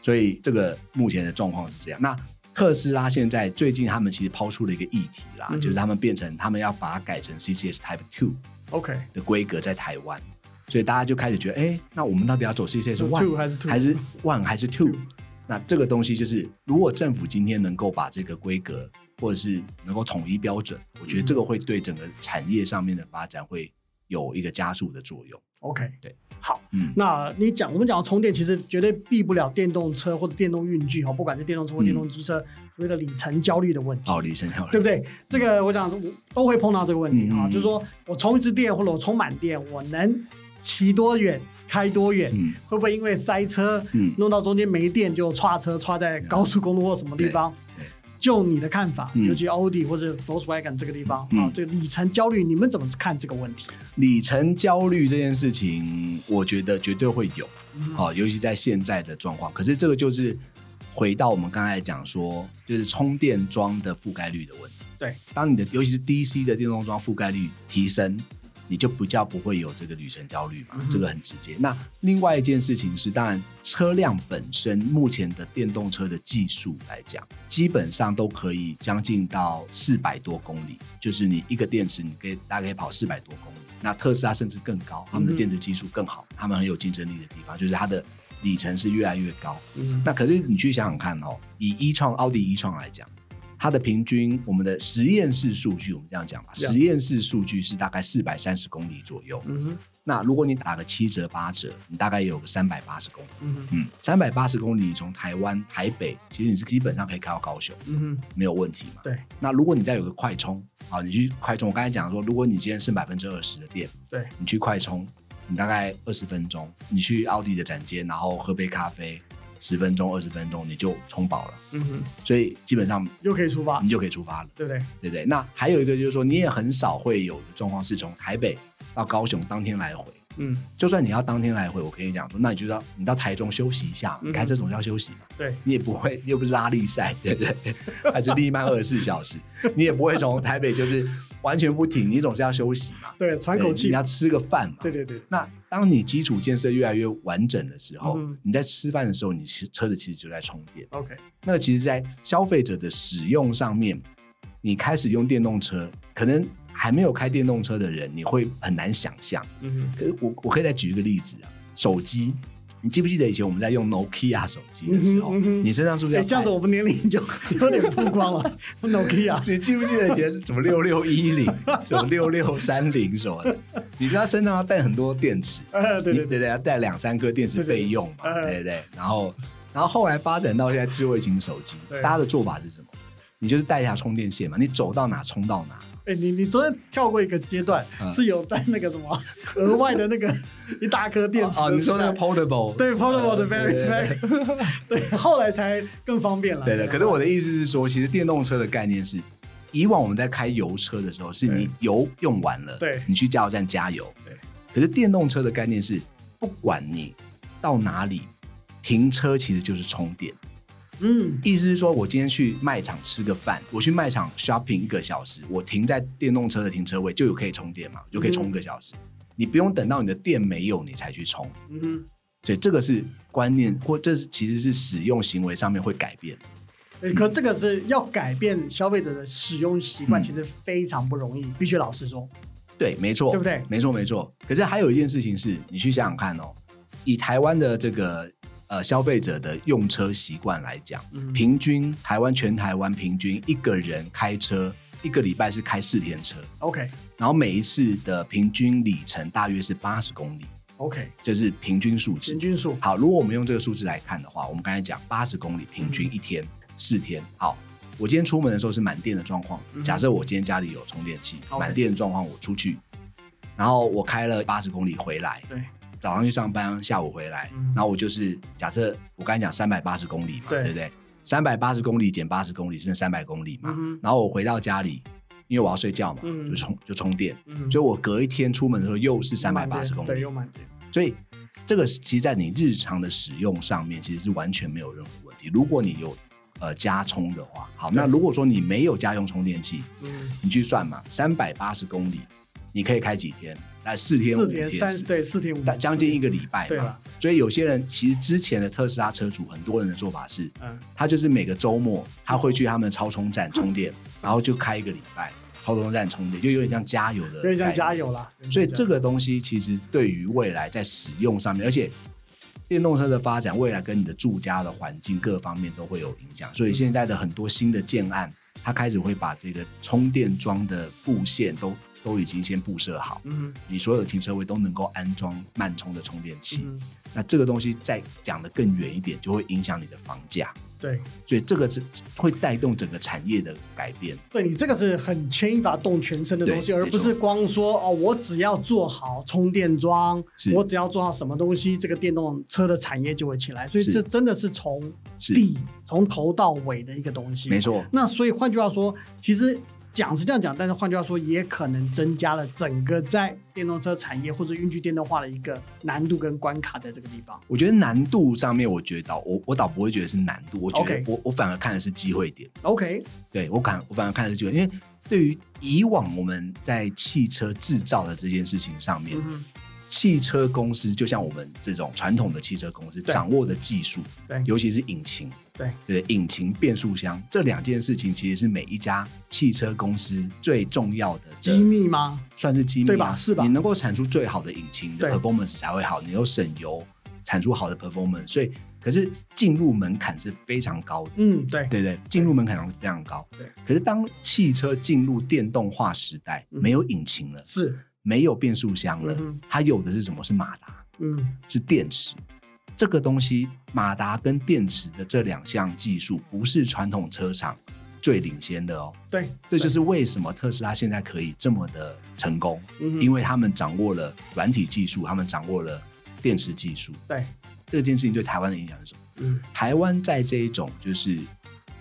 Speaker 3: 所以这个目前的状况是这样。那特斯拉现在最近他们其实抛出了一个议题啦，
Speaker 1: 嗯
Speaker 3: 就是他们变成他们要把它改成 CCS Type Two
Speaker 1: ，OK，
Speaker 3: 的规格在台湾，所以大家就开始觉得，哎，那我们到底要走 CCS
Speaker 1: 是
Speaker 3: One
Speaker 1: 嗯 two 还是 two
Speaker 3: 还是 one 还是 two？
Speaker 1: Two
Speaker 3: 那这个东西就是，如果政府今天能够把这个规格或者是能够统一标准，我觉得这个会对整个产业上面的发展会有一个加速的作用。
Speaker 1: OK？
Speaker 3: 对，
Speaker 1: 好。
Speaker 3: 嗯，
Speaker 1: 那你讲，我们讲到充电，其实绝对避不了电动车或者电动运具哦，不管是电动车或电动机车，所谓的里程焦虑的问题。
Speaker 3: 嗯哦，李生要
Speaker 1: 对不对？这个我讲我都会碰到这个问题
Speaker 3: 嗯
Speaker 1: 啊，
Speaker 3: 嗯
Speaker 1: 就是说我充一次电或者我充满电，我能骑多远开多远，
Speaker 3: 嗯
Speaker 1: 会不会因为塞车
Speaker 3: 嗯
Speaker 1: 弄到中间没电就叉车叉在高速公路或什么地方
Speaker 3: 对对？
Speaker 1: 就你的看法，
Speaker 3: 嗯
Speaker 1: 尤其 Audi 或者 Volkswagen 这个地方、
Speaker 3: 嗯
Speaker 1: 啊，这个里程焦虑，你们怎么看这个问题？
Speaker 3: 里程焦虑这件事情，我觉得绝对会有，哦，
Speaker 1: 嗯
Speaker 3: 尤其在现在的状况。可是这个就是回到我们刚才讲说，就是充电桩的覆盖率的问题。
Speaker 1: 对，
Speaker 3: 当你的尤其是 DC 的电动桩覆盖率提升，你就比较不会有这个旅程焦虑嘛，
Speaker 1: 嗯哼
Speaker 3: 这个很直接。那另外一件事情是，当然车辆本身目前的电动车的技术来讲，基本上都可以将近到四百多公里，就是你一个电池你可以大概可以跑四百多公里。那特斯拉甚至更高，他们的
Speaker 1: 嗯哼
Speaker 3: 电池技术更好，他们很有竞争力的地方就是它的里程是越来越高。
Speaker 1: 嗯，
Speaker 3: 那可是你去想想看哦，以一创奥迪一创来讲，它的平均我们的实验室数据，我们这样讲吧，
Speaker 1: Yeah.
Speaker 3: 实验室数据是大概四百三十公里左右。
Speaker 1: 嗯哼，
Speaker 3: 那如果你打个七折八折，你大概有个三百八十公里。
Speaker 1: 嗯哼，
Speaker 3: 嗯，三百八十公里，你从台湾台北，其实你是基本上可以开到高雄，
Speaker 1: 嗯哼，
Speaker 3: 没有问题嘛。
Speaker 1: 对
Speaker 3: 那如果你再有个快充啊，你去快充，我刚才讲说，如果你今天剩百分之二十的电，
Speaker 1: 对，
Speaker 3: 你去快充，你大概二十分钟，你去奥迪的展间，然后喝杯咖啡，十分钟、二十分钟你就充饱了，
Speaker 1: 嗯哼，
Speaker 3: 所以基本上
Speaker 1: 又可以出发，
Speaker 3: 你就可以出发了，
Speaker 1: 对不对？
Speaker 3: 对不对？那还有一个就是说，你也很少会有的状况是从台北到高雄当天来回。
Speaker 1: 嗯，
Speaker 3: 就算你要当天来回，我跟你讲说，那你就到你到台中休息一下，你
Speaker 1: 嗯
Speaker 3: 开车总是要休息嘛，
Speaker 1: 对，
Speaker 3: 你也不会又不是拉力赛，对不对？还是力慢二十四 小时，你也不会从台北就是完全不停，你总是要休息嘛，
Speaker 1: 对，喘口
Speaker 3: 对
Speaker 1: 气
Speaker 3: 你，要吃个饭嘛，
Speaker 1: 对对对，
Speaker 3: 那当你基础建设越来越完整的时候，
Speaker 1: 嗯
Speaker 3: 你在吃饭的时候，你其实车子其实就在充电。
Speaker 1: OK，
Speaker 3: 那其实，在消费者的使用上面，你开始用电动车，可能还没有开电动车的人，你会很难想象。
Speaker 1: 嗯
Speaker 3: 可是我我可以再举一个例子啊，手机，你记不记得以前我们在用 Nokia 手机的时候，
Speaker 1: 嗯哼嗯哼
Speaker 3: 你身上是不
Speaker 1: 哼，
Speaker 3: 是
Speaker 1: 哎、
Speaker 3: 要
Speaker 1: 这样
Speaker 3: 带
Speaker 1: 子我们年龄就 有点曝光 了，Nokia，
Speaker 3: 你记不记得以前什么六六 一零、什么六六三零什么的？你知道身上要带很多电池，
Speaker 1: 呃， 对对
Speaker 3: 你
Speaker 1: 对，
Speaker 3: 对对，要带两三颗电池
Speaker 1: 对对
Speaker 3: 备用嘛，
Speaker 1: 嗯
Speaker 3: 对对对。然后，然后后来发展到现在智慧型手机，
Speaker 1: 对
Speaker 3: 大家的做法是什么？你就是带一下充电线嘛，你走到哪充到哪。
Speaker 1: 哎、你你昨天跳过一个阶段，
Speaker 3: 嗯
Speaker 1: 是有带那个什么 额外的那个 一大颗电池的
Speaker 3: 哦，你说那个
Speaker 1: 时代
Speaker 3: portable，
Speaker 1: 对 portable 的
Speaker 3: 呃对
Speaker 1: very
Speaker 3: 对
Speaker 1: very，对， 后来才更方便了。
Speaker 3: 对对，可是我的意思是说，其实电动车的概念是，以往我们在开油车的时候，是你
Speaker 1: 对
Speaker 3: 油用完了，
Speaker 1: 对
Speaker 3: 你去加油站加油。
Speaker 1: 对，
Speaker 3: 可是电动车的概念是，不管你到哪里，停车其实就是充电。
Speaker 1: 嗯，
Speaker 3: 意思是说，我今天去卖场吃个饭，我去卖场 shopping 一个小时，我停在电动车的停车位就有可以充电嘛，就可以充一个小时。你不用等到你的电没有你才去充，
Speaker 1: 嗯哼，
Speaker 3: 所以这个是观念或这是其实是使用行为上面会改变。
Speaker 1: 哎、可这个是要改变消费者的使用习惯，
Speaker 3: 嗯
Speaker 1: 其实非常不容易，必须老实说。
Speaker 3: 对，没错，
Speaker 1: 对不对
Speaker 3: 没错，没错。可是还有一件事情是，你去想想看哦，以台湾的这个呃消费者的用车习惯来讲，
Speaker 1: 嗯
Speaker 3: 平均台湾全台湾平均一个人开车一个礼拜是开四天车，
Speaker 1: OK
Speaker 3: 然后每一次的平均里程大约是八十公里，
Speaker 1: OK，
Speaker 3: 这、是平均数值
Speaker 1: 平。均数
Speaker 3: 好，如果我们用这个数字来看的话，我们刚才讲八十公里平均
Speaker 1: 嗯
Speaker 3: 一天四天。好，我今天出门的时候是满电的状况，
Speaker 1: 嗯
Speaker 3: 假设我今天家里有充电器，
Speaker 1: OK
Speaker 3: 满电的状况我出去，然后我开了八十公里回来，
Speaker 1: 对
Speaker 3: 早上去上班，下午回来，
Speaker 1: 嗯
Speaker 3: 然后我就是假设我刚才讲三百八十公里嘛，
Speaker 1: 对
Speaker 3: 对不对？三百八十公里减八十公里是三百公里嘛，
Speaker 1: 嗯哼
Speaker 3: 然后我回到家里，因为我要睡觉嘛，
Speaker 1: 嗯
Speaker 3: 就充就充电，
Speaker 1: 嗯
Speaker 3: 所以我隔一天出门的时候又是三百八十公
Speaker 1: 对，
Speaker 3: 里
Speaker 1: 又，满点，
Speaker 3: 所以这个其实在你日常的使用上面其实是完全没有任何问题。如果你有呃加充的话，好，那如果说你没有家用充电器，
Speaker 1: 嗯，
Speaker 3: 你去算嘛，三百八十公里，你可以开几天？那四天五
Speaker 1: 四
Speaker 3: 天
Speaker 1: 点三
Speaker 3: 是
Speaker 1: 对四点五，
Speaker 3: 大将近一个礼拜
Speaker 1: 对
Speaker 3: 嘛
Speaker 1: 了。，
Speaker 3: 所以有些人其实之前的特斯拉车主，很多人的做法是，
Speaker 1: 嗯
Speaker 3: 他就是每个周末他会去他们的超充站 充电，然后就开一个礼拜超充站充电，就有点像加油的，
Speaker 1: 有点像加。油啦，
Speaker 3: 所以这
Speaker 1: 个
Speaker 3: 个东西其实对于未来在使用上面，而且电动车的发展，未来跟你的住家的环境各方面都会有影响。所以现在的很多新的建案，它开始会把这个充电桩的布线都都已经先布设好，
Speaker 1: 嗯
Speaker 3: 你所有的停车位都能够安装慢充的充电器。
Speaker 1: 嗯
Speaker 3: 那这个东西再讲得更远一点，就会影响你的房价。
Speaker 1: 对。
Speaker 3: 所以这个是会带动整个产业的改变。
Speaker 1: 对你这个是很牵一发动全身的东西，
Speaker 3: 对
Speaker 1: 而不是
Speaker 3: 没
Speaker 1: 光说哦，我只要做好充电桩
Speaker 3: 是，
Speaker 1: 我只要做好什么东西，这个电动车的产业就会起来。所以
Speaker 3: 是
Speaker 1: 这真的是从
Speaker 3: 是
Speaker 1: 底从头到尾的一个东西。
Speaker 3: 没错，
Speaker 1: 那所以换句话说，其实讲是这样讲，但是换句话说，也可能增加了整个在电动车产业或者运具电动化的一个难度跟关卡在这个地方。
Speaker 3: 我觉得难度上面，我觉得我我倒不会觉得是难度，我觉
Speaker 1: OK
Speaker 3: 得我我反而看的是机会点。
Speaker 1: OK，
Speaker 3: 对我感我反而看的是机会，因为对于以往我们在汽车制造的这件事情上面，
Speaker 1: 嗯哼，
Speaker 3: 汽车公司就像我们这种传统的汽车公司
Speaker 1: 对
Speaker 3: 掌握的技术，
Speaker 1: 对
Speaker 3: 尤其是引擎，
Speaker 1: 对
Speaker 3: 对，引擎变速箱这两件事情，其实是每一家汽车公司最重要的
Speaker 1: 机密吗？
Speaker 3: 算是机密、啊，
Speaker 1: 对吧是吧
Speaker 3: 你能够产出最好的引擎，你的
Speaker 1: 对
Speaker 3: performance 才会好，你有省油，产出好的 performance，所以可是进入门槛是非常高的。
Speaker 1: 嗯，对，
Speaker 3: 对对，进入门槛非常高。
Speaker 1: 对，
Speaker 3: 可是当汽车进入电动化时代，
Speaker 1: 嗯
Speaker 3: 没有引擎了，
Speaker 1: 是，
Speaker 3: 没有变速箱了，
Speaker 1: 嗯哼
Speaker 3: 它有的是什么？是马达，
Speaker 1: 嗯，
Speaker 3: 是电池。这个东西，马达跟电池的这两项技术，不是传统车厂最领先的哦。
Speaker 1: 对，
Speaker 3: 这就是为什么特斯拉现在可以这么的成功，
Speaker 1: 因
Speaker 3: 因为他们掌握了软体技术，他们掌握了电池技术。
Speaker 1: 嗯对，
Speaker 3: 这件事情对台湾的影响是什么？
Speaker 1: 嗯
Speaker 3: 台湾在这一种就是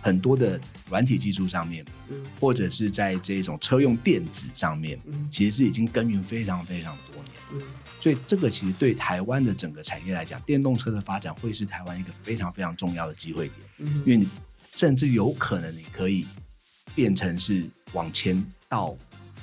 Speaker 3: 很多的软体技术上面，
Speaker 1: 嗯
Speaker 3: 或者是在这一种车用电子上面，
Speaker 1: 嗯
Speaker 3: 其实是已经耕耘非常非常多年。
Speaker 1: 嗯。
Speaker 3: 所以这个其实对台湾的整个产业来讲，电动车的发展会是台湾一个非常非常重要的机会点，
Speaker 1: 嗯
Speaker 3: 因为你甚至有可能你可以变成是往前到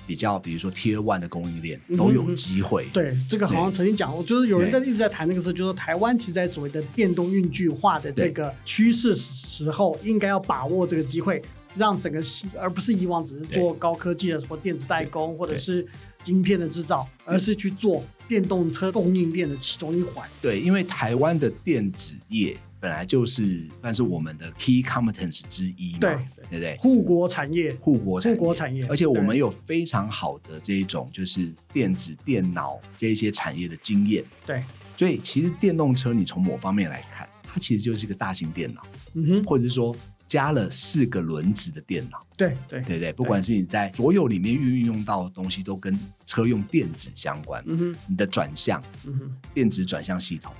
Speaker 3: 比较，比如说 Tier One 的供应链
Speaker 1: 嗯哼
Speaker 3: 都有机会。
Speaker 1: 对，这个好像曾经讲过，就是有人在一直在谈那个事，就是说台湾其实，在所谓的电动运具化的这个趋势时候，应该要把握这个机会，让整个系，而不是以往只是做高科技的，或电子代工，或者是晶片的制造，而是去做电动车供应链的其中一环。
Speaker 3: 对，因为台湾的电子业本来就是算是我们的 key competence 之一嘛，
Speaker 1: 对
Speaker 3: 对不对？
Speaker 1: 护国产业，
Speaker 3: 护国产
Speaker 1: 护
Speaker 3: 业
Speaker 1: 国产业，
Speaker 3: 而且我们
Speaker 1: 有
Speaker 3: 有非常好的这一种就是电子、电脑这一些产业的经验，
Speaker 1: 对，
Speaker 3: 所以其实电动车你从某方面来看，它其实就是一个大型电脑，
Speaker 1: 嗯哼，
Speaker 3: 或者是说加了四个轮子的电脑，
Speaker 1: 对对，
Speaker 3: 对不对？不管是你在所有里面运用到的东西都跟车用电子相关，
Speaker 1: 嗯哼，
Speaker 3: 你的转向、
Speaker 1: 嗯哼，
Speaker 3: 电子转向系统，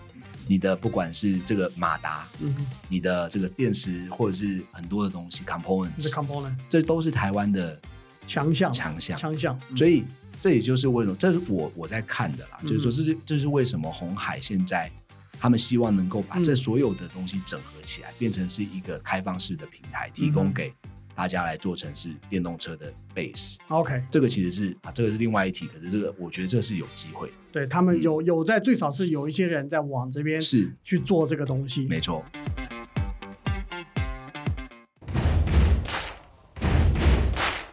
Speaker 3: 你的不管是这个马达，
Speaker 1: 嗯哼，
Speaker 3: 你的这个电池或者是很多的东西
Speaker 1: 这是
Speaker 3: components，
Speaker 1: component
Speaker 3: 这都是台湾的
Speaker 1: 强项，
Speaker 3: 强项。
Speaker 1: 强项，嗯
Speaker 3: 所以这也就是为什么，这是我我在看的啦，
Speaker 1: 嗯
Speaker 3: 就是说这是这是为什么红海现在他们希望能够把
Speaker 1: 嗯
Speaker 3: 这所有的东西整合起来，变成是一个开放式的平台，提供给大家来做成是电动车的 base。
Speaker 1: OK，
Speaker 3: 这个其实是啊，这个是另外一题，可是这个我觉得这是有机会，
Speaker 1: 对他们有有在最少是有一些人在往这边
Speaker 3: 是
Speaker 1: 去做这个东西。
Speaker 3: 没错。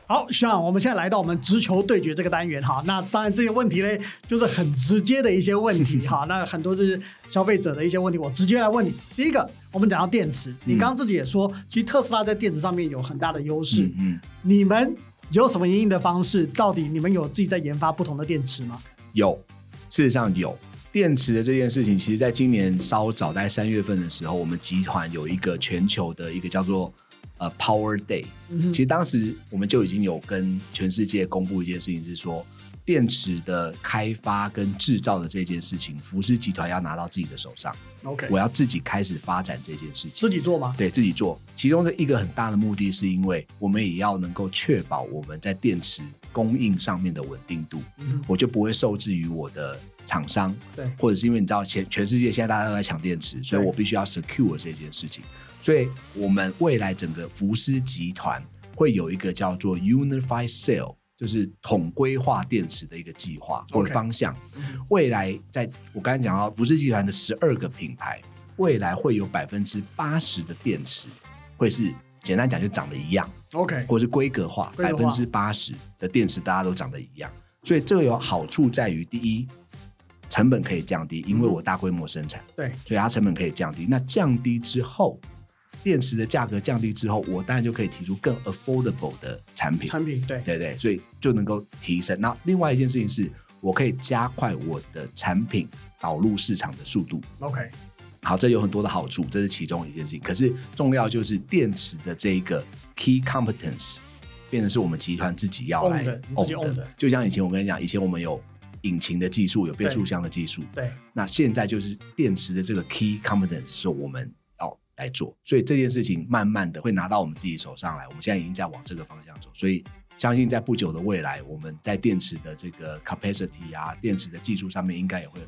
Speaker 1: 好，像我们现在来到我们直球对决这个单元哈，那当然这些问题呢，就是很直接的一些问题哈， 那很多是消费者的一些问题，我直接来问你。第一个，我们讲到电池，
Speaker 3: 嗯
Speaker 1: 你刚刚自己也说，其实特斯拉在电池上面有很大的优势，
Speaker 3: 嗯嗯，
Speaker 1: 你们有什么营运的方式？到底你们有自己在研发不同的电池吗？
Speaker 3: 有，事实上有。电池的这件事情，其实在今年稍早，在三月份的时候，我们集团有一个全球的一个叫做呃 Power Day，
Speaker 1: 嗯哼
Speaker 3: 其实当时我们就已经有跟全世界公布一件事情，是说电池的开发跟制造的这件事情，福斯集团要拿到自己的手上，
Speaker 1: ，OK，
Speaker 3: 我要自己开始发展这件事情，
Speaker 1: 自己做吗？
Speaker 3: 对自己做。其中的一个很大的目的，是因为我们也要能够确保我们在电池供应上面的稳定度，
Speaker 1: 嗯
Speaker 3: 我就不会受制于我的厂商，
Speaker 1: 对
Speaker 3: 或者是因为你知道全全世界现在大家都在抢电池，所以
Speaker 1: 对
Speaker 3: 我必须要 secure 这件事情。所以我们未来整个福斯集团会有一个叫做 Unified Cell，就是统规划电池的一个计划或者
Speaker 1: OK
Speaker 3: 方向。
Speaker 1: 嗯
Speaker 3: 未来在我刚才讲到福斯集团的十二个品牌，未来会有百分之八十的电池会是简单讲就长得一样。
Speaker 1: ，OK，
Speaker 3: 或是规格化，
Speaker 1: 规
Speaker 3: 百
Speaker 1: 格
Speaker 3: 分
Speaker 1: 化
Speaker 3: 之八十的电池大家都长得一样，所以这个有好处在于，第一，成本可以降低，因为我大规模生产，
Speaker 1: 嗯对，
Speaker 3: 所以它成本可以降低。那降低之后，电池的价格降低之后，我当然就可以提出更 affordable 的产品，
Speaker 1: 产品对，
Speaker 3: 对对，所以就能够提升。那另外一件事情是，我可以加快我的产品导入市场的速度，
Speaker 1: ，OK，
Speaker 3: 好，这有很多的好处，这是其中一件事情。可是重要就是电池的这一个 key competence 变成是我们集团自己要
Speaker 1: Own
Speaker 3: 来
Speaker 1: 的自己
Speaker 3: own
Speaker 1: own 的
Speaker 3: 就像以前我跟你讲，以前我们有引擎的技术，有变速箱的技术，
Speaker 1: 对，
Speaker 3: 那现在就是电池的这个 key competence 是我们要来做，所以这件事情慢慢的会拿到我们自己手上来。我们现在已经在往这个方向走，所以相信在不久的未来，我们在电池的这个 capacity 啊，电池的技术上面应该也会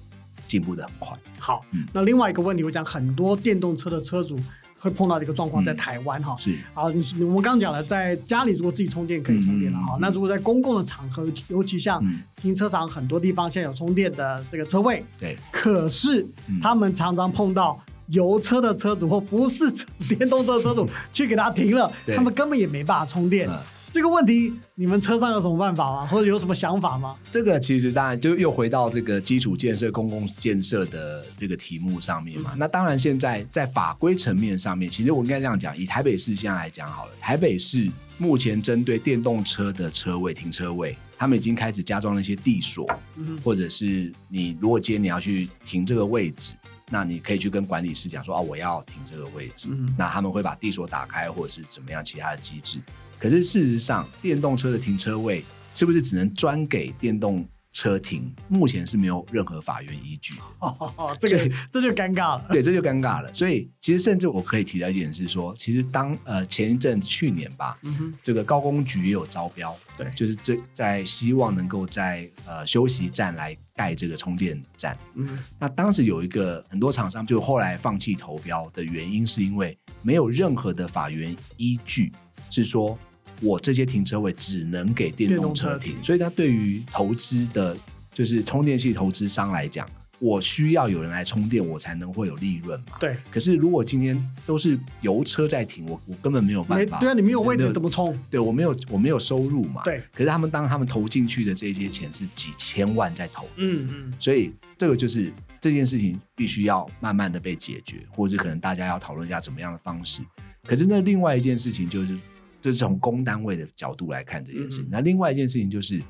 Speaker 3: 进步的很快。
Speaker 1: 好
Speaker 3: 嗯。
Speaker 1: 那另外一个问题，我讲很多电动车的车主会碰到的一个状况，在
Speaker 3: 嗯
Speaker 1: 台湾哈，
Speaker 3: 是，
Speaker 1: 啊，你我们刚刚讲了，在家里如果自己充电可以充电了哈、
Speaker 3: 嗯嗯嗯
Speaker 1: 那如果在公共的场合，尤其像
Speaker 3: 嗯，
Speaker 1: 停车场很多地方现在有充电的这个车位，
Speaker 3: 对。
Speaker 1: 可是
Speaker 3: 嗯
Speaker 1: 他们常常碰到油车的车主或不是车 电动车的车主去给他停了，
Speaker 3: 对
Speaker 1: 他们根本也没办法充电。
Speaker 3: 嗯
Speaker 1: 这个问题，你们车上有什么办法吗？或者有什么想法吗？
Speaker 3: 这个其实当然就又回到这个基础建设、公共建设的这个题目上面嘛。那当然，现在在法规层面上面，其实我应该这样讲，以台北市现在来讲好了，台北市目前针对电动车的车位、停车位，他们已经开始加装了一些地锁，
Speaker 1: 嗯
Speaker 3: 或者是你如果今天你要去停这个位置，那你可以去跟管理师讲说啊，我要停这个位置，
Speaker 1: 嗯
Speaker 3: 那他们会把地锁打开或者是怎么样其他的机制。可是事实上，电动车的停车位是不是只能专给电动车停？目前是没有任何法院依据的。
Speaker 1: 哦哦哦，这个
Speaker 3: 所以
Speaker 1: 这就尴尬了。
Speaker 3: 对，这就尴尬了。所以其实甚至我可以提到一点是说，其实当呃前一阵子去年吧，
Speaker 1: 嗯哼，
Speaker 3: 这个高工局也有招标，
Speaker 1: 对
Speaker 3: 就是最在希望能够在呃休息站来盖这个充电站。
Speaker 1: 嗯，
Speaker 3: 那当时有一个很多厂商就后来放弃投标的原因，是因为没有任何的法源依据，是说我这些停车位只能给电
Speaker 1: 电动
Speaker 3: 动车
Speaker 1: 车
Speaker 3: 停，所以它对于投资的，就是充电器投资商来讲，我需要有人来充电，我才能会有利润嘛。
Speaker 1: 对，
Speaker 3: 可是如果今天都是油车在停，我我根本没有
Speaker 1: 没
Speaker 3: 办法。
Speaker 1: 对啊，你没有位
Speaker 3: 没
Speaker 1: 置
Speaker 3: 有
Speaker 1: 怎么充？
Speaker 3: 对我没有我没有收入嘛。。
Speaker 1: 对，
Speaker 3: 可是他们当他们投进去的这些钱是几千万在投入
Speaker 1: 嗯嗯，
Speaker 3: 所以这个就是这件事情必须要慢慢的被解决，或者是可能大家要讨论一下怎么样的方式。可是那另外一件事情就是，就是从公单位的角度来看这件事情。
Speaker 1: 嗯嗯
Speaker 3: 那另外一件事情就是，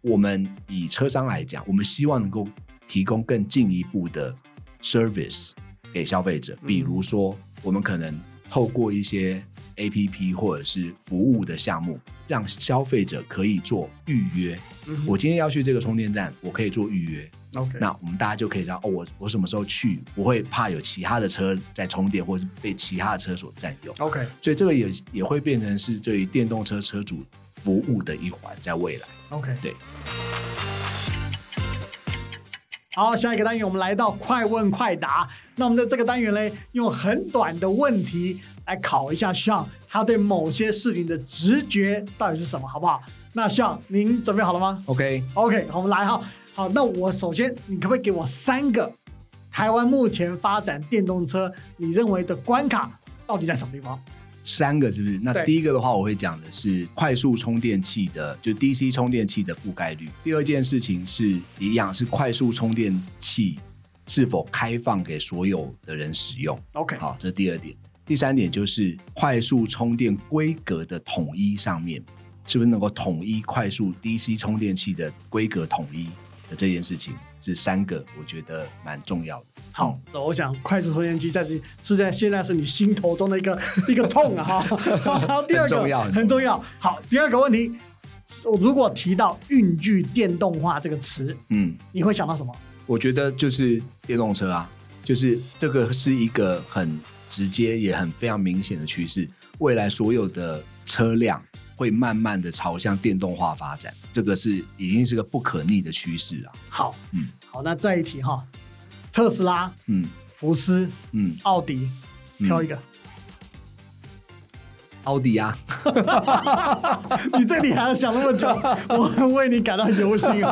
Speaker 3: 我们以车商来讲，我们希望能够提供更进一步的 service 给消费者，
Speaker 1: 嗯
Speaker 3: 比如说我们可能透过一些 A P P 或者是服务的项目，让消费者可以做预约。
Speaker 1: 嗯哼
Speaker 3: 我今天要去这个充电站，我可以做预约。
Speaker 1: OK，
Speaker 3: 那我们大家就可以知道，哦，我我什么时候去，不会怕有其他的车在充电，或者是被其他的车所占有。
Speaker 1: OK
Speaker 3: 所以这个也也会变成是对于电动车车主服务的一环，在未来。
Speaker 1: OK，
Speaker 3: 对。
Speaker 1: 好，下一个单元我们来到快问快答。那我们在这个单元呢，用很短的问题来考一下像他对某些事情的直觉到底是什么，好不好？那像您准备好了吗
Speaker 3: OK，
Speaker 1: ？OK，好，我们来哈。好，那我首先，你可不可以给我三个台湾目前发展电动车，你认为的关卡到底在什么地方？
Speaker 3: 三个是不是？那
Speaker 1: 对
Speaker 3: 第一个的话，我会讲的是快速充电器的，就 DC 充电器的覆盖率。第二件事情是一样，是快速充电器是否开放给所有的人使用。
Speaker 1: OK，
Speaker 3: 好，这是第二点。第三点就是快速充电规格的统一上面，是不是能够统一快速 DC 充电器的规格统一的这件事情，是三个我觉得蛮重要的。
Speaker 1: 好，我想快速充电器在这是在现在是你心头中的一个 一个痛 啊哈。好，第二个
Speaker 3: 很重要很重要
Speaker 1: 很重要。好，第二个问题，我如果提到运具电动化这个词，
Speaker 3: 嗯，
Speaker 1: 你会想到什么？
Speaker 3: 我觉得就是电动车啊，就是这个是一个很直接也很非常明显的趋势，未来所有的车辆会慢慢的朝向电动化发展，这个是已经是个不可逆的趋势啊。
Speaker 1: 好，
Speaker 3: 嗯
Speaker 1: 好，那再一题哈，特斯拉、
Speaker 3: 嗯
Speaker 1: 福斯、
Speaker 3: 嗯，
Speaker 1: 奥迪，
Speaker 3: 嗯
Speaker 1: 挑一个。
Speaker 3: 奥迪啊，
Speaker 1: 你这里还要想那么 久，我很为你感到忧心啊。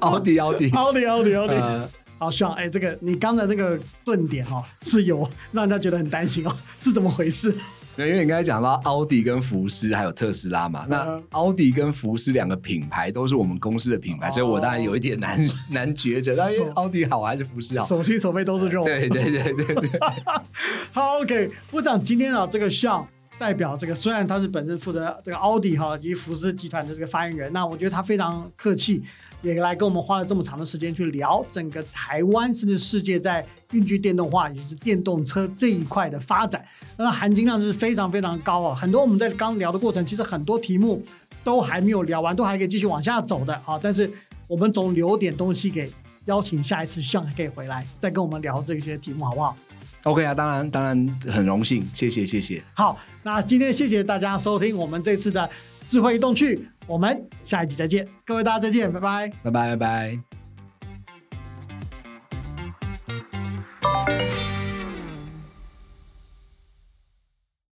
Speaker 3: 奥 迪，奥 迪，
Speaker 1: 奥迪，奥迪，奥迪。
Speaker 3: 呃，
Speaker 1: 好，希望哎，这个你刚才那个顿点哦，是有让人家觉得很担心哦，是怎么回事？
Speaker 3: 对因为你刚才讲到奥迪跟福斯还有特斯拉嘛，那
Speaker 1: 嗯
Speaker 3: 奥迪跟福斯两个品牌都是我们公司的品牌，所以我当然有一点难难抉择，哦但是
Speaker 1: 是
Speaker 3: 奥迪好还是福斯好？
Speaker 1: 手心手背都是肉。
Speaker 3: 对对对对对。
Speaker 1: 好，OK，部长今天啊，这个项代表这个，虽然他是本身负责这个奥迪哈以及福斯集团的这个发言人，那我觉得他非常客气，也来跟我们花了这么长的时间去聊整个台湾甚至世界在运具电动化，也就是电动车这一块的发展，那含金量是非常非常高啊。很多我们在刚聊的过程，其实很多题目都还没有聊完，都还可以继续往下走的啊。但是我们总留点东西给邀请下一次项可以回来再跟我们聊这些题目，好不好？
Speaker 3: OK 啊，当然当然很荣幸，谢谢谢谢，
Speaker 1: 好，那今天谢谢大家收听我们这次的智慧移动趣，我们下一集再见，各位大家再见，拜拜。
Speaker 3: 拜拜拜拜。